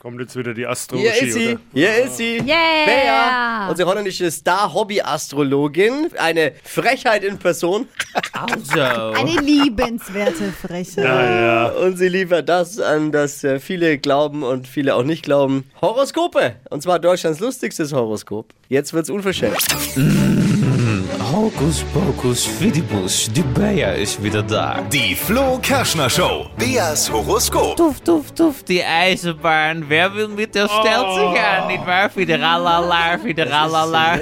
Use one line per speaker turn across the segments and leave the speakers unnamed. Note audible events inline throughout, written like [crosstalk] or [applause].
Kommt jetzt wieder die Astrologie,
Hier ist sie,
oder?
hier ist sie.
Yeah.
Bea, unsere holländische Star-Hobby-Astrologin, eine Frechheit in Person.
Also,
Eine liebenswerte
[laughs]
Frechheit.
Und sie liefert das an, das äh, viele glauben und viele auch nicht glauben. Horoskope. Und zwar Deutschlands lustigstes Horoskop. Jetzt wird's unverschämt.
Hokus Pokus Fidibus, die Bayer ist wieder da.
Die Flo Kerschner Show. Beas Horoskop.
Tuff, tuff, tuff, die Eisenbahn. Wer will mit der
Oh.
Stelze gehen, nicht wahr? Fideralala, Fideralala.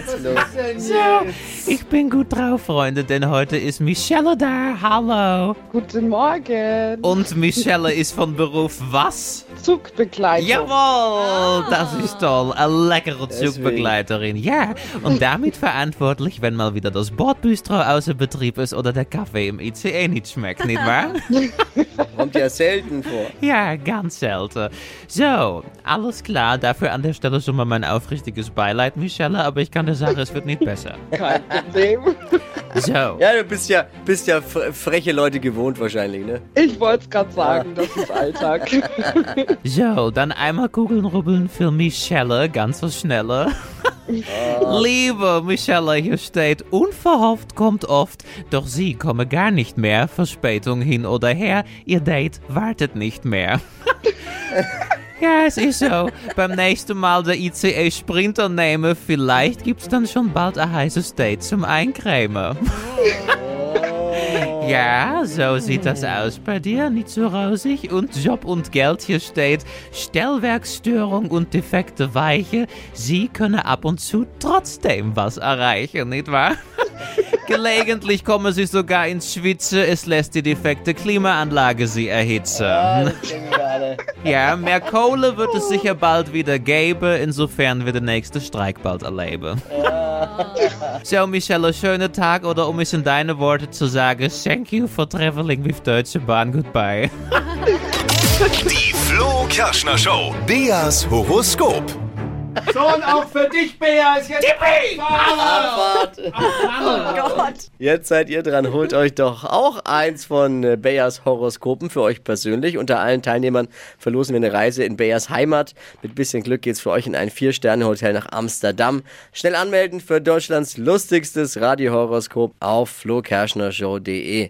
Ich bin gut drauf, Freunde, denn heute ist Michelle da. Hallo.
Guten Morgen.
Und Michelle ist von Beruf was?
Zugbegleitung.
Jawohl, das ist toll. Eine leckere
Deswegen.
Zugbegleiterin. Ja, und damit verantwortlich, wenn mal wieder das Bordbistro außer Betrieb ist oder der Kaffee im ICE nicht eh, schmeckt, nicht wahr?
Kommt ja selten vor.
Ja, ganz selten. So, alles klar. Dafür an der Stelle schon mal mein aufrichtiges Beileid, Michelle, aber ich kann dir sagen, es wird nicht besser.
Kein Problem.
So.
Ja, du bist ja, bist ja fre- freche Leute gewohnt wahrscheinlich, ne?
Ich wollte es gerade sagen, das ist Alltag.
So, dann einmal Kugeln rubbeln für Michelle, ganz so schnelle. Liebe Michelle, hier steht, unverhofft kommt oft, doch sie komme gar nicht mehr, Verspätung hin oder her, ihr Date wartet nicht mehr. [laughs] ja, es ist so. Beim nächsten Mal der ICE Sprinter nehmen, vielleicht gibt's dann schon bald ein heißes Date zum Eincremen. Ja, so sieht das aus bei dir, nicht so rosig. Und Job und Geld hier steht, Stellwerksstörung und defekte Weiche, sie können ab und zu trotzdem was erreichen, nicht wahr? [laughs] Gelegentlich kommen sie sogar ins Schwitze, es lässt die defekte Klimaanlage sie erhitzen. [laughs] Ja, mehr Kohle wird es sicher bald wieder geben, insofern wir den nächsten Streik bald erleben. So, Michelle, schönen Tag oder um es in deine Worte zu sagen, thank you for traveling with Deutsche Bahn, goodbye.
Die Flo Kerschner Show. Beas Horoskop.
Abfahrt. Jetzt seid ihr dran. Holt euch doch auch eins von äh, Bayers Horoskopen für euch persönlich. Unter allen Teilnehmern verlosen wir eine Reise in Bayers Heimat. Mit bisschen Glück geht's für euch in ein Vier-Sterne-Hotel nach Amsterdam. Schnell anmelden für Deutschlands lustigstes Radiohoroskop auf flokerschnershow.de.